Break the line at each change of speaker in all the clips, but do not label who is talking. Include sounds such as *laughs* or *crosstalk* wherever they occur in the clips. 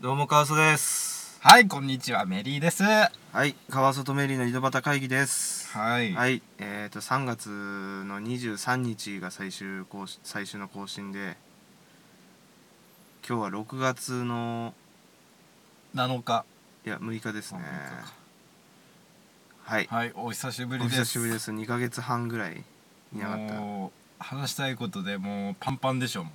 どうも川曽です
はい、こんにちは、メリーです。は
はい川曽とメリーの井戸端会議です
い。
はい、えー、と3月の23日が最終更新最終の更新で今日は6月の
7日。
いや6日ですね
あ6日か
はい
はい、お久しぶり
お
で
久
す。
しぶりです2ヶ月半ぐらいいなかった
もう話したいことでもうパンパンでしょ。も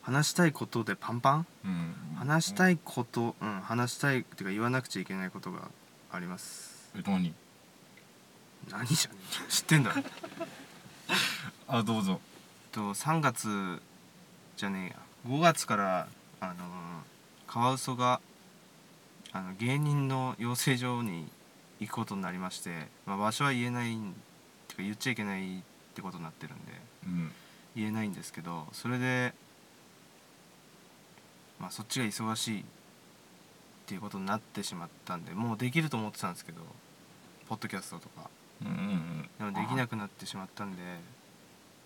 話したいことでパンパン
ううん。
話したいことうん話したいっていうか言わなくちゃいけないことがあります
え何？
何じゃねえ知ってんだろ
あ、どうぞ。
えっと3月じゃねえや5月からあのーカワウソがあの芸人の養成所に行くことになりまして、まあ、場所は言えないんてか言っちゃいけないってことになってるんで
うん。
言えないんですけどそれで、まあ、そっちが忙しいっていうことになってしまったんでもうできると思ってたんですけどポッドキャストとか
うんうん
でもできなくなってしまったんで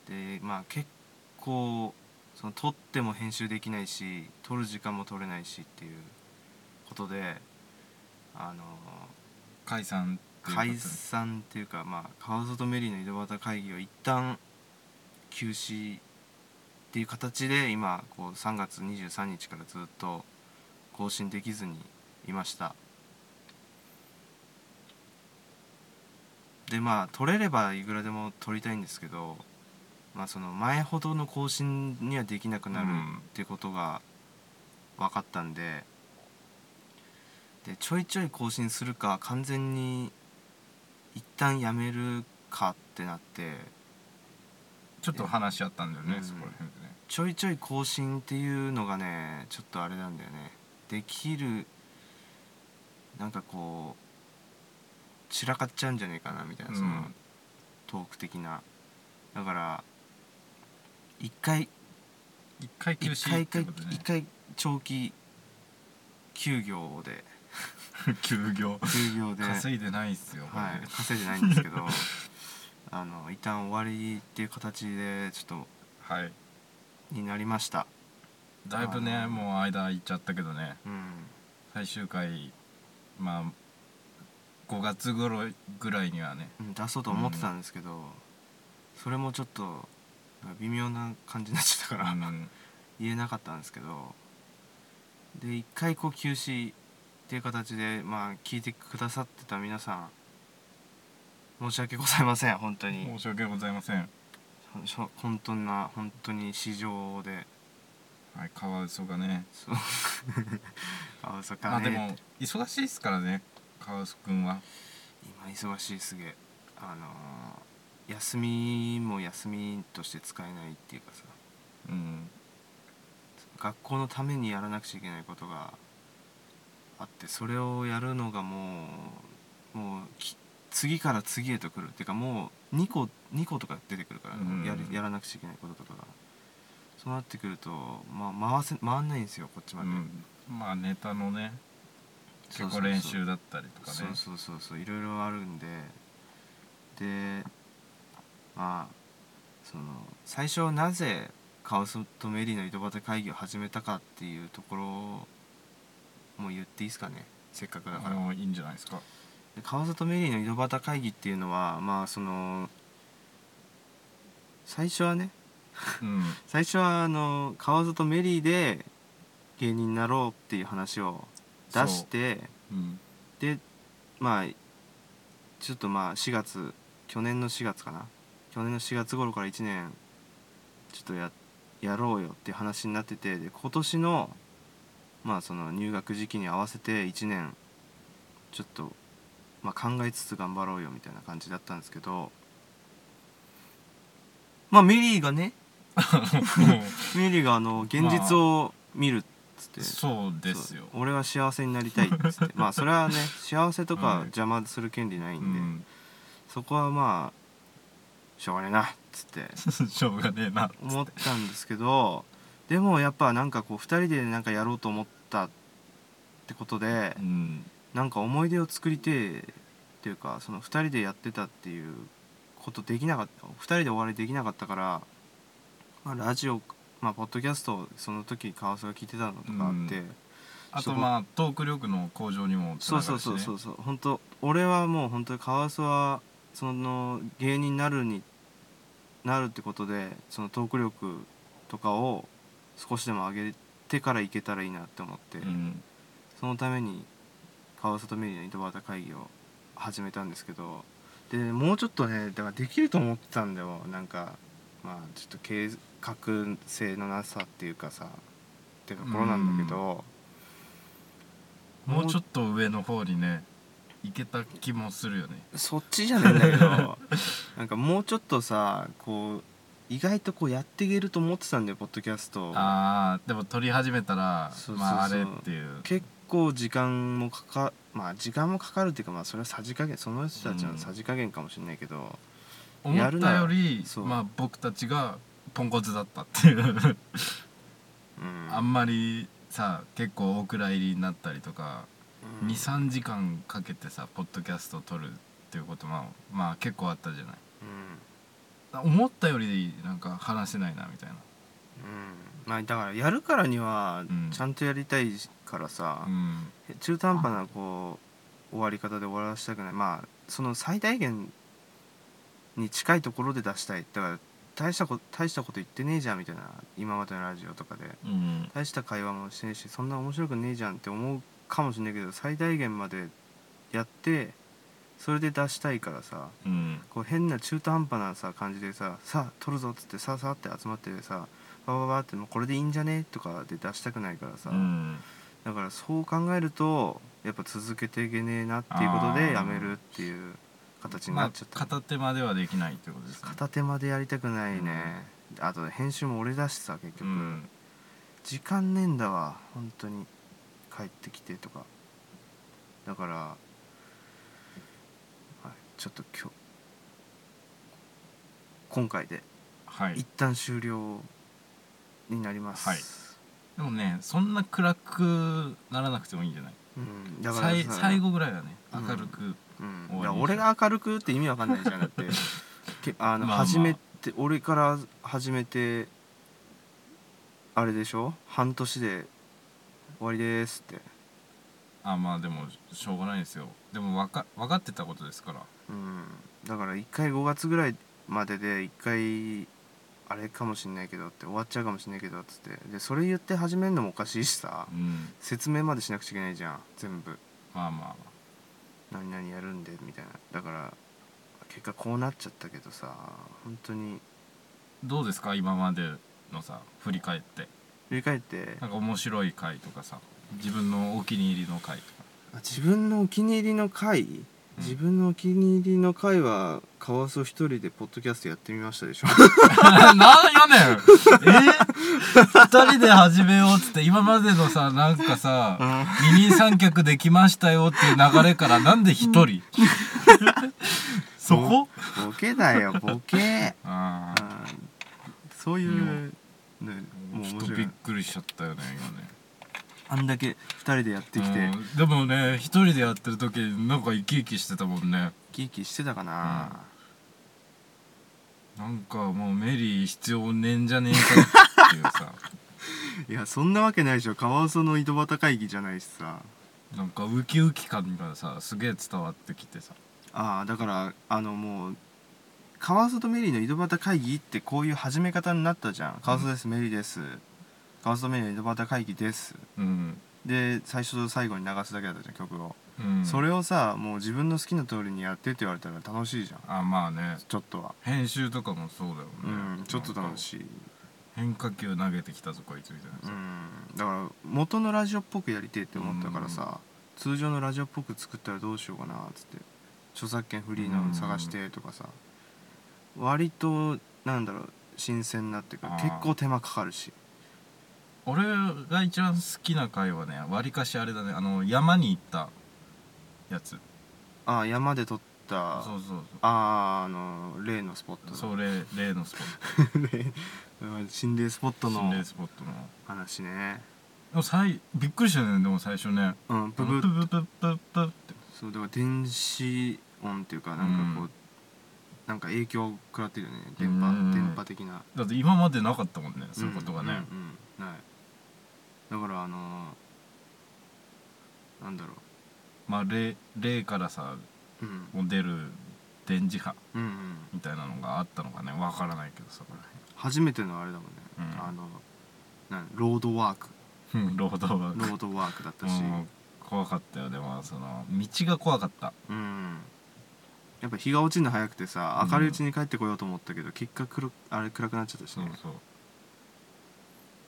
でまあ結構その撮っても編集できないし撮る時間も取れないしっていうことであの
解散っていうこと
解散っていうかまあ川里メリーの井戸端会議を一旦休止っていう形で今こう3月23日からずっと更新できずにいましたでまあ取れればいくらでも取りたいんですけどまあその前ほどの更新にはできなくなる
うん
ってことが分かったんで、でちょいちょい更新するか完全に一旦やめるかってなって
ちょっと話し合ったんだよね、
うん
そこら辺でね。
ちょいちょい更新っていうのがねちょっとあれなんだよねできるなんかこう散らかっちゃうんじゃねえかなみたいな、その
うん
トーク的なだから一回
一回休
一
止
回
ってことね
一。回長期休業で
*laughs* 休業。
休業で
稼いでないっすよ。
はい、稼いでないんですけど *laughs* あの一旦終わりっていう形でちょっ
これはい。
とになりました
だいぶね、
あのー
もう間空いちゃったけどね。
うん
最終回、まあ。5月頃ぐらいにはね
うん出そうと思ってたんですけど、それもちょっとなんか微妙な感じになっちゃったから、
うん
言えなかったんですけどで一回こう休止っていう形でまあ聞いてくださってた皆さん申し訳ございません本当に
申し訳ございません
しょ本当な本当に市場で
はい、カワウソがね。
そう
*laughs*
あそっか
まあで
ね
も忙しいですからね、カワウソくんは。
今忙しいすげえあのー休みも休みとして使えないっていうかさ
うん。
学校のためにやらなくちゃいけないことがあってそれをやるのがもうもうき次から次へと来るっていうかもう2個2個とか出てくるから、
うん
やるやらなくちゃいけないこととかがそうなってくると、まあ、回せ回んないんですよこっち
う
まで、
ん、まあネタのね、
そ
結
うそう
構
そう
練習だったりとかね。
そうそうそうそういろいろあるんででまあその最初なぜカオスとメリーの井戸端会議を始めたかっていうところをもう言っていいですかねせっかくだ
だ
か、
からいいんじゃないですか。
で川里メリーの井戸端会議っていうのはまあその最初はね
うん。
最初はあの川里メリーで芸人になろうっていう話を出して
うん。
でまあちょっとまあ4月去年の4月かな去年の4月頃から1年ちょっとややろうよっていう話になっててで今年のまあその入学時期に合わせて1年ちょっと、まあ、考えつつ頑張ろうよみたいな感じだったんですけどまあメリーがねメリーがあの現実を見るっつ *laughs* って、
そうですよ。
そう俺は幸せになりたいっつって
*laughs*
まあそれはね幸せと
はい
か邪魔する権利ない
うん
で、
ん。 *laughs*
そこはまあしょうがねえなっつって
*laughs* しょうがねえな。
思ったんですけどでもやっぱなんかこう2人でなんかやろうと思ったってことで
うん。
なんか思い出を作りてえっていうかその2人でやってたっていうことできなかった2人で終わりできなかったから、まあ、ラジオまあポッドキャストをその時川瀬が聞いてたのとかあって、
あ
そ
と
こ
まあトーク力の向上にもつ
そ
な
う
が
そ
る
う
し、
そ
ね、
うそうそう本当俺はもう本当にカワウソはその芸人になるになるってことでそのトーク力とかを少しでも上げてからいけたらいいなって思って、
うん
そのためにカワウソとメディアの井戸端会議を始めたんですけどでもうちょっとねだからできると思ってたんだよなんかまあちょっと計画性のなさっていうかさってところなんだけど、
もうちょっと上の方にね行けた気もするよね
そっちじゃないんだけど *laughs* なんかもうちょっとさこう意外とこうやっていけると思ってたんだよポッドキャストを
ああでも撮り始めたら
そうそうそう
まああれっていう
結構時間もかかまあ時間もかかるっていうかまあそれはさじ加減その人たちのさじ加減かもしれないけど、
思
や
っ
る
た
なら
より
そう
まあ僕たちがポンコツだったっていう
うん
あんまりさ結構お蔵入りになったりとか
うん
23時間かけてさポッドキャストを撮るっていうこともまあ結構あったじゃない
うん
思ったよりなんか話せないなみたいな
うんまあだからやるからには
うん
ちゃんとやりたいからさ
う、ん
中途半端なこう終わり方で終わらせたくないまあその最大限に近いところで出したいだから大したこと大したこと言ってねえじゃんみたいな今までのラジオとかで
うん
大した会話もしてねえしそんな面白くねえじゃんって思うかもしれないけど最大限までやってそれで出したいからさ
うん
こう変な中途半端なさ感じでさ「さあ撮るぞ」っつってさあさあって集まってさ「わわわ」って「もうこれでいいんじゃね?」とかで出したくないからさ、
うん
だからそう考えるとやっぱ続けていけねえなっていうことでやめるっていう形に
ま
な
あ
っちゃった、
片手間ではできないってことですね
片手間でやりたくないね、あと編集も俺だしさ結局、
うん
時間ねえんだわ本当に帰ってきてとかだから、はいちょっと今日今回で
はい
一旦終了になります、
はいでもねそんな暗くならなくてもいいんじゃない
うん、だから
最
さ
最、後ぐらいはね
うん
明るく
うん、
終わり
いや俺が明るくって意味わかんないじゃんだって
*laughs*
けあの、
まあまあ
始めて俺から始めてあれでしょ半年で終わりですって
あまあでもしょうがないですよでもわか分かってたことですから
うんだから1回5月ぐらいまでで1回あれかもしんないけどって終わっちゃうかもしんないけどっつってでそれ言って始めるのもおかしいしさ
うん
説明までしなくちゃいけないじゃん全部
まあまあ
何々やるんでみたいなだから結果こうなっちゃったけどさ本当に
どうですか今までのさ振り返って
振り返って
なんか面白い回とかさ自分のお気に入りの回とか
あ自分のお気に入りの回
うん
自分のお気に入りの回はカワウソ一人でポッドキャストやってみましたで *laughs* しょ
*laughs* なんやねん *laughs* え二人で始めようっつって今までのさなんかさ二人三脚できましたよっていう流れからなんで一人 *laughs* そこ
ボケだよボケ
ああ
あーそういうねもう面
ちょっと
白
びっ
い
くりしちゃったよね今ね
あんだけ2人でやってきて
うんでもね一人でやってる時なんか生き生きしてたもんね
キーキーしてたかな、
なんかもうメリー必要ねえんじゃねえかっていう
*laughs*
さ
いやそんなわけないでしょカワウソの井戸端会議じゃないしさ
なんかウキウキ感がさすげえ伝わってきてさ
ああだからあのもうカワウソとメリーの井戸端会議ってこういう始め方になったじゃんカワウソです、メリーですカワウソとメリーの井戸端会議です
うん、
で最初と最後に流すだけだったじゃん曲を、
うん、
それをさもう自分の好きな通りにやってって言われたら楽しいじゃん
あまあね
ちょっとは
編集とかもそうだよね、
うんちょっと楽
い
しい
変化球投げてきたぞこいつみたいな
う
さ、
んだから元のラジオっぽくやりてえって思ったからさ、通常のラジオっぽく作ったらどうしようかなっつって著作権フリーなの探してとかさ、割となんだろう新鮮になってくる
あー
結構手間かかるし
俺が一番好きな回はねわりかしあれだねあの山に行ったやつ
ああ山で撮った
そうそう
ああーあの例のスポッ
そ
ト
う
*laughs*
それ例のスポッ
例心霊スポット
ト
の
心霊スポットの
話ね
でもさいびっくりしたよねでも最初ね
うん
プ
ブブ
ブ
ッ
プブプブって
そうだから電子音っていうかなんかこう、
うん
なんか影響を食らってるよね電波、
うん
電波的な
だって今までなかったもんねそういうことがね
うんうんうんないだからあのーなんだろ
まあ例例からさ
ううん
もう出る電磁波
うんうん
みたいなのがあったのかねわからないけどさこ
初めてのあれだもんね、
うん
あのなんロードワーク
れ、うん、労働は
ロードワークだったし
うん、怖かったよでもその道が怖かった
うんやっぱ日が落ちるの早くてさ
うん
明るいうちに帰ってこようと思ったけど、結果黒あれ暗くなっちゃったし
そう
ね
そ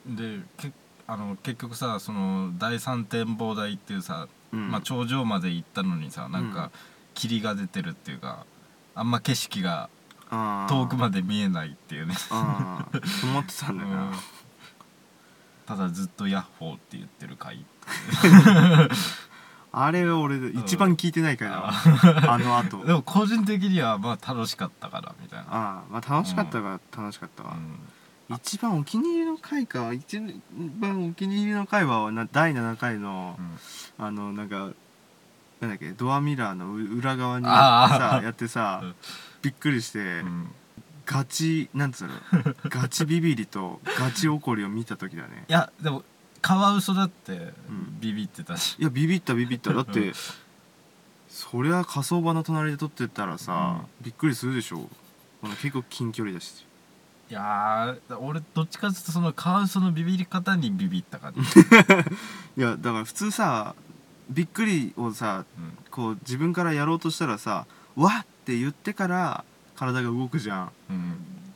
うでけあの結局さその第三展望台っていうさ、
うん
まあ、頂上まで行ったのにさなん
うん
か霧が出てるっていうかあんま景色が
あー
遠くまで見えないっていうね、
ああ思ってたんだよ
うん
な、
ただずっと「ヤッホー」って言ってる回
あれは俺一番聞いてないから、
あ
あの後
*laughs* でも個人的にはまあ楽しかったからみたいな、
ああまあ楽しかったが楽しかった
う
わ、
ん、
一番お気に入りの回か一番お気に入りの回はな第7回の、
うん
あのなんかなんだっけドアミラーのう裏側に
あ
さ
ー
やってさ、
*laughs* うん
びっくりして、
うん
ガチなんつうのガチビビりとガチ怒りを見た時だね
いやでもカワウソだって
ん
ビビってたし、
いやビビったビビっただっ
う
てそりゃ火葬場の隣で撮ってたらさ、びっくりするでしょこの結構近距離だし
いやー俺どっちかっていうとそのカワウソのビビり方にビビった感じ、
いやだから普通さびっくりをさ
うん
こう自分からやろうとしたらさ「わっ!」って言ってから体が動くじゃん
うん、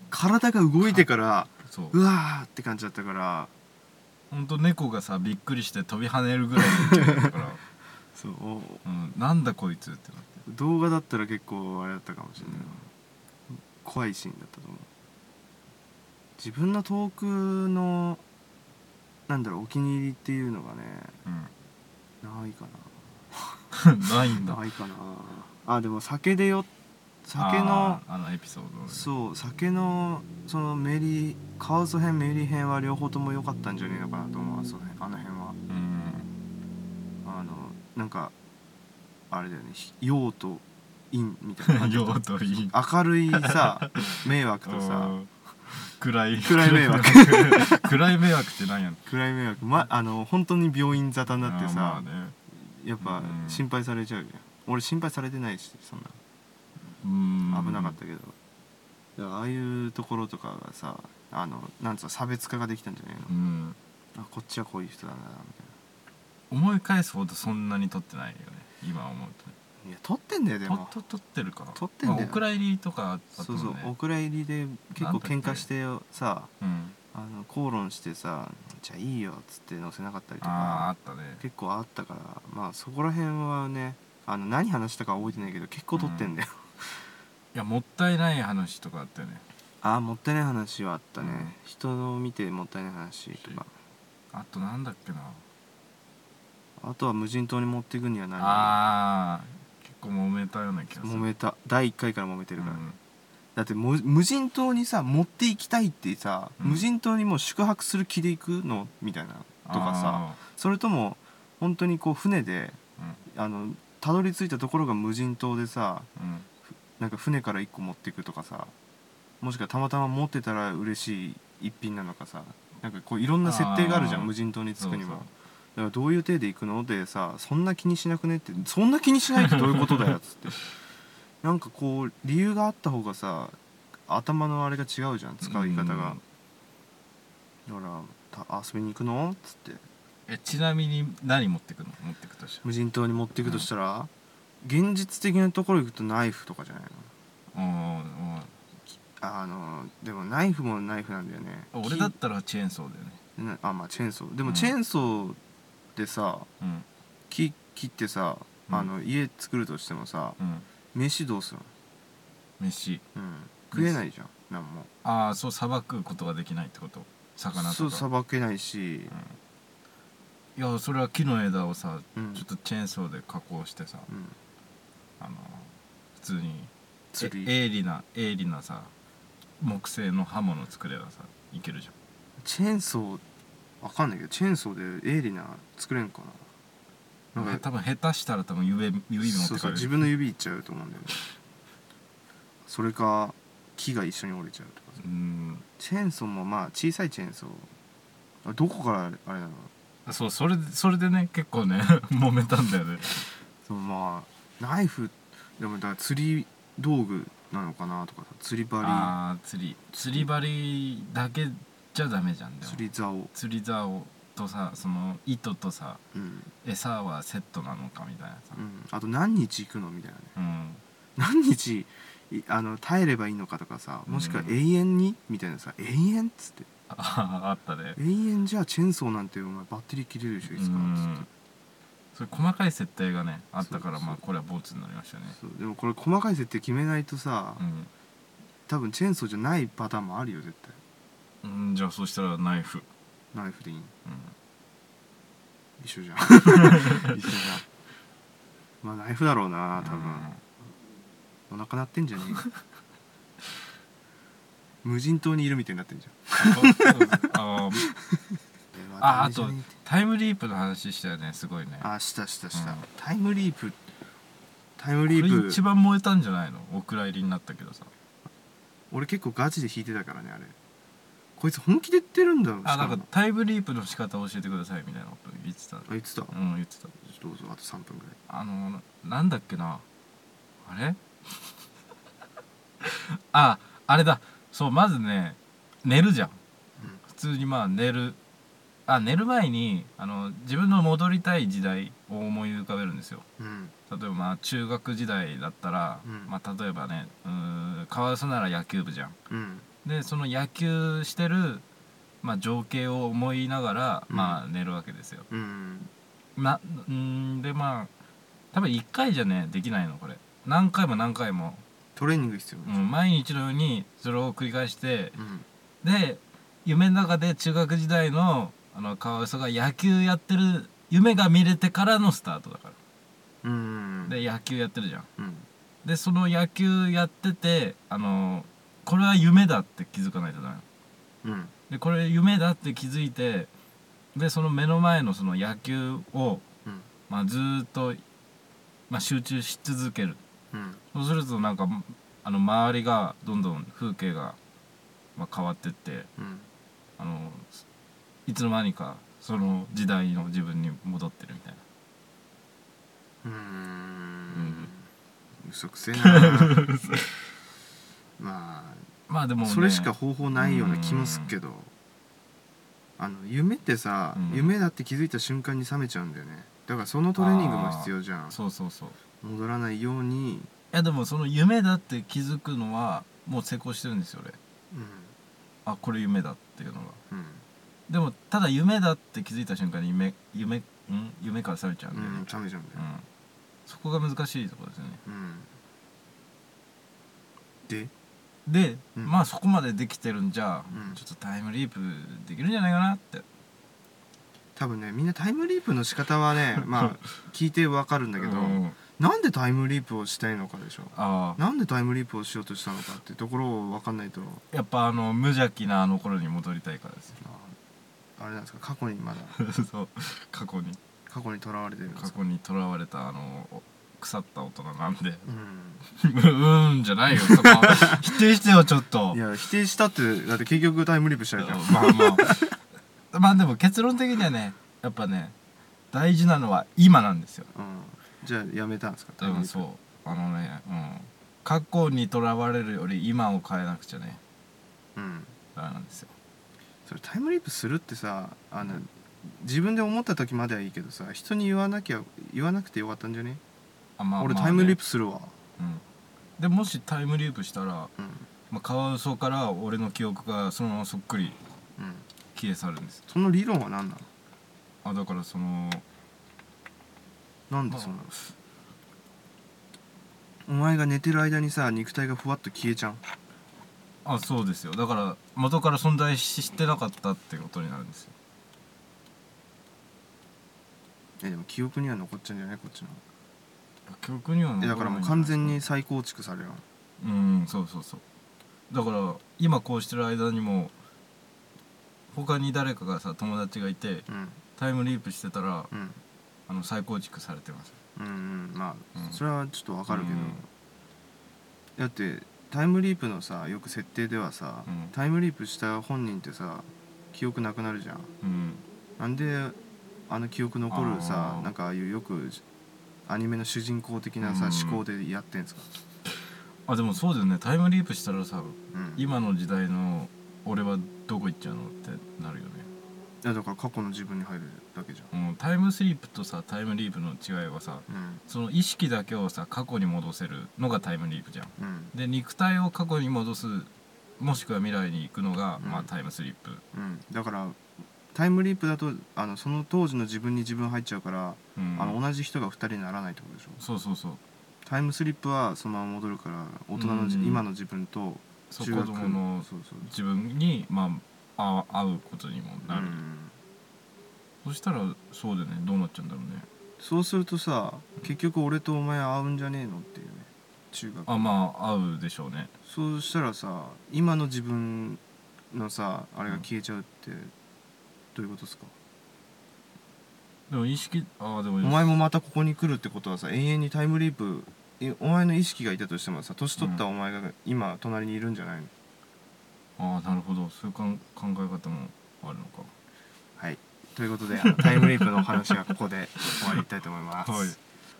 体が動いてから
そう
うわーって感じだったから
ほんと猫がさびっくりして飛び跳ねるぐらいの勢いだから、
そうお
うん、なんだこいつってなって、
動画だったら結構あれだったかもしれ
う
ない、
ん
怖いシーンだったと思う自分の遠くのなんだろうお気に入りっていうのがねないか
うん、 *laughs* ないん
な
だ
ないかなあでも酒でよ酒の
あーあのエピソードね
そう酒のそのメリーカワウソ編メリー編は両方とも良かったんじゃねえのかなと思うその辺あの辺は
うん
あのなんかあれだよねひ陽と陰みたいな感じ
*laughs* 用途いい
明るいさ迷惑と
*laughs* う
さ
ん暗い
暗い迷惑
暗い迷惑ってなんやん
暗い迷惑、ま、あの本当に病院沙汰になってさ、
あーまあね
やっぱ
うん
心配されちゃうじゃん俺心配されてないしそん
うん
な危なかったけど、だからああいうところとかがさあのなんつうの差別化ができたんじゃないの、
うん
あこっちはこういう人だなみたいな
思い返すほどそんなに撮ってないよね今思うとね
いや撮ってんだよでも
とと撮ってるから
撮ってんだよ
まあお蔵入りとかあったと
そう
思
そう
ね
お蔵入りで結構喧嘩してさ
うん、
あの口論してさ「じゃあいいよ」っつって載せなかったりと
あああ
か
ったね
結構あったからまあそこら辺はねあの何話したか覚えてないけど結構撮ってんだよ、
いやもったいない話とかあったよね
ああもったいない話はあったね、
うん
人の見てもったいない話とか
あとなんだっけな
あとは無人島に持っていくには何も
ああ結構揉めたような気がする
揉めた第1回から揉めてるから、
うん
だっても無人島にさ持っていきたいってさ、
うん
無人島にもう宿泊する気で行くのみたいなとかさ
あ
それとも本当にこう船で
ーうん
あのたどり着いたところが無人島でさ
うん
なんか船から1個持っていくとかさもしくはたまたま持ってたら嬉しい一品なのかさなんかこういろんな設定があるじゃ
あ
ん
ー
無人島に着くにも
そう
だからどういう体で行くのでさそんな気にしなくねってそんな気にしないってどういうことだよっつって *laughs* なんかこう理由があった方がさ頭のあれが違うじゃん使う言い方がだか
うん
らた遊びに行くのっつって
えちなみに何持ってくの持ってくとした
無人島に持っていくとしたら、現実的なところ行くとナイフとかじゃないの
らうんうん
あのでもナイフもナイフなんだよね
俺だったらチェーンソーだよね
木なあまあチェーンソーで
う
も
ん
チェーンソーでさ
うん
木切ってさ
うん
あの家作るとしてもさ
うん
飯どうするの、
飯
うん、食えないじゃん何も
ああそうさばくことができないってこと魚とか
そうさばけないし、
いやそれは木の枝をさ
うん
ちょっとチェーンソーで加工してさ、
うん、
あの普通に
釣り
え鋭利な鋭利なさ木製の刃物作ればさいけるじゃん
チェーンソーわかんないけどチェーンソーで鋭利な作れんかななんか
多分下手したら多分指指持って
そう
か
そう
れる
自分の指いっちゃうと思うんだよねそれか木が一緒に折れちゃうとか
うん
チェーンソーもまあ小さいチェーンソーあどこからあれなの
そうそれでそれでね結構ね *laughs* 揉めたんだよね
そうまあナイフでもだから釣り道具なのかなとかさ釣り針
ああ釣り釣り針だけじゃダメじゃんでも
釣り竿、
釣り竿とさその糸とさ
うん
餌はセットなのかみたいなさ
うん、あと何日行くのみたいなね
うん
何日いあの耐えればいいのかとかさもしくは
うん
永遠にみたいなさ永遠っつって
あああったね
永遠じゃあチェーンソーなんてお前バッテリー切れるでしょいつか
う
らっつって
んそれ細かい設定がねあったから
そうそう
まあこれはボツになりましたね
そうでもこれ細かい設定決めないとさ、多分チェーンソーじゃないパターンもあるよ絶対
うん、うん、じゃあそしたらナイフ、
ナイフでいいの
う、
一緒じゃん一緒じゃんまあナイフだろうなん多分、お腹鳴ってんじゃねえよ無人島にいるみたいになってんじゃん
あああとタイムリープの話したよねすごいね
あしたしたした、
うん
タイムリープタイム
こ
リ
れ
ー
一
プ
番燃えたんじゃないのお蔵入りになったけどさ
俺結構ガチで弾いてたからねあれこいつ本気で言ってるんだろし
あな
か
ん
も
かタイムリープの仕方教えてくださいみたいなこと言ってた
あ言ってた、
うん言ってた
どうぞあと3分ぐらい
あのなんだっけなあれ *laughs* ああれだそうまずね寝るじゃん、
うん
普通にまあ寝るあ寝る前にあの自分の戻りたい時代を思い浮かべるんですよ
うん
例えばまあ中学時代だったら、
うん
まあ、例えばねうーんカワウソなら野球部じゃん
うん
でその野球してる、まあ、情景を思いながら、
うん
まあ寝るわけですよ
うん
なうんでまあ多分1回じゃねできないのこれ何回も何回も、
トレーニング必要
うん毎日のようにそれを繰り返して
うん
で夢の中で中学時代のあのカワウソが野球やってる夢が見れてからのスタートだか
うん
らで野球やってるじゃん
うん
でその野球やっててあのこれは夢だって気づかないとダメ
うん
でこれ夢だって気づいてでその目の前のその野球を、
うん
まあ、ずーっと、まあ、集中し続ける
うん
そうするとなんかあの周りがどんどん風景が、まあ、変わってって
うん
あのいつの間にかその時代の自分に戻ってるみたいな
うーん
ん
嘘くせえなま
まあでも、
あ
ね、
それしか方法ないような気もすっけどあの夢ってさ、
うん
夢だって気づいた瞬間に覚めちゃうんだよねだからそのトレーニングも必要じゃん
そうそうそうい
戻らないように、
やでもその夢だって気づくのはもう成功してるんですよ俺
う
あこれ夢だっていうのが
んうん
でもただ夢だって気づいた瞬間に夢夢ん夢から覚めちゃうんだよ
うん、
ね、
覚めちゃうんだ
う
よ、
ん、そこが難しいところですよね
うん、で
で、
うん
まあそこまでできてるんじゃ、
うん
ちょっとタイムリープできるんじゃないかなって
多分ねみんなタイムリープの仕方は
*laughs*
ねまあ聞いてわかるんだけど、
うん
なんでタイムリープをしたいのかでしょ
ああ
なんでタイムリープをしようとしたのかっていうところを分かんないと
やっぱあの無邪気なあの頃に戻りたいからです
まああれなんですか過去にまだ
*laughs* よそう過去に
過去にとらわれてるんで
過
すか
去にとらわれたあの腐った大人なんで *laughs*
うん
うーんじゃないよそこは否定してよちょっと
いや否定したってだって結局タイムリープしたいじゃん
まあまあ *laughs* まあでも結論的にはねやっぱね大事なのは今なんですよ
うんじゃあやめたんですか
多分
タイムリープ
そうあのねうん過去にとらわれるより今を変えなくちゃね
うん
ダメなんですよ
それタイムリープするってさあの自分で思った時まではいいけどさ人に言わなきゃ言わなくてよかったんじゃね
あまあ
俺
まあ
タ
ね
イムリープするわ
うんでもしタイムリープしたら、ま
うん
あ、カワウソから俺の記憶がそのままそっくり
うん
消え去るんです
その理論は何なの
あだからその
なんでそんなのお前が寝てる間にさ肉体がふわっと消えちゃう
あそうですよだから元から存在ししてなかったってことになるんですよ
えでも記憶には残っちゃうんじゃないこっちの
記憶には残
えだ
ら
か
ない
らもうん
じゃ
完
ないです
全に再構築される
うんそうそうそうだから今こうしてる間にも他に誰かがさ友達がいて
うん
タイムリープしてたら
うん
あの再構築されてます
うんうんまあ、
うん
それはちょっとわかるけど、
うん
だってタイムリープのさよく設定ではさ、
うん
タイムリープした本人ってさ記憶なくなるじゃん
うん
なんであの記憶残るさ
あー
なんかああいうよくアニメの主人公的なさ、
うん
思考でやってんすか、
あでもそうだよねタイムリープしたらさ
うん、い
今の時代の俺はどこ行っちゃうのってなるよね
やだから過去の自分に入るだけじ
うんタイムスリープとさタイムリープの違いはさ
ゃん
その意識だけをさ過去に戻せるのがタイムリープじゃん
うんうん
で肉体を過去に戻すもしくは未来に行くのが、
うん
まあタイムスリップ
うんだからタイムリープだとあのその当時の自分に自分入っちゃうから、
うん
あの同じ人が2人にならないってことでしょ
そうそうそう
タイムスリップはそのまま戻るから大人のじ、
うん
今の自分と
そう
中
子
学
供の
そうそう
自分にまああ会うことにもなる、
うん
そしたらそうだよねどうなっちゃうんだろうね
そうするとさ結局俺とお前合うんじゃねえのっていうね中学
あまあ会うでしょうね
そうしたらさ今の自分のさあれが消えちゃうって、どういうことですか
でも意識ああでも
お前もまたここに来るってことはさ永遠にタイムリープえお前の意識がいたとしてもさ年取ったお前が今隣にいるんじゃないの、
ああなるほどそういうかん考え方もあるのか
はいということであのタイムリープのお話はここで終わりたいと思います、
はい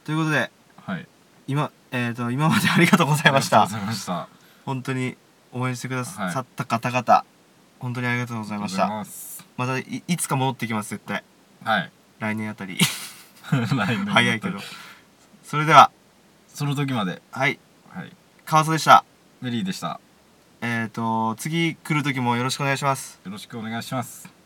ということで
はい
今,、えー、と今までありがとうございました
ありがとうございました
本当に応援してくだ
はい
さった方々、本当にありがとうございまし
あり
た
がとうございます
またいいつか戻ってきます絶対
はい *laughs*
来年あたり
来年
早いけどそれでは
*laughs* その時まで
はい
はい
川添でした
メリーでした
えっ、と次来る時もよろしくお願いします
よろしくお願いします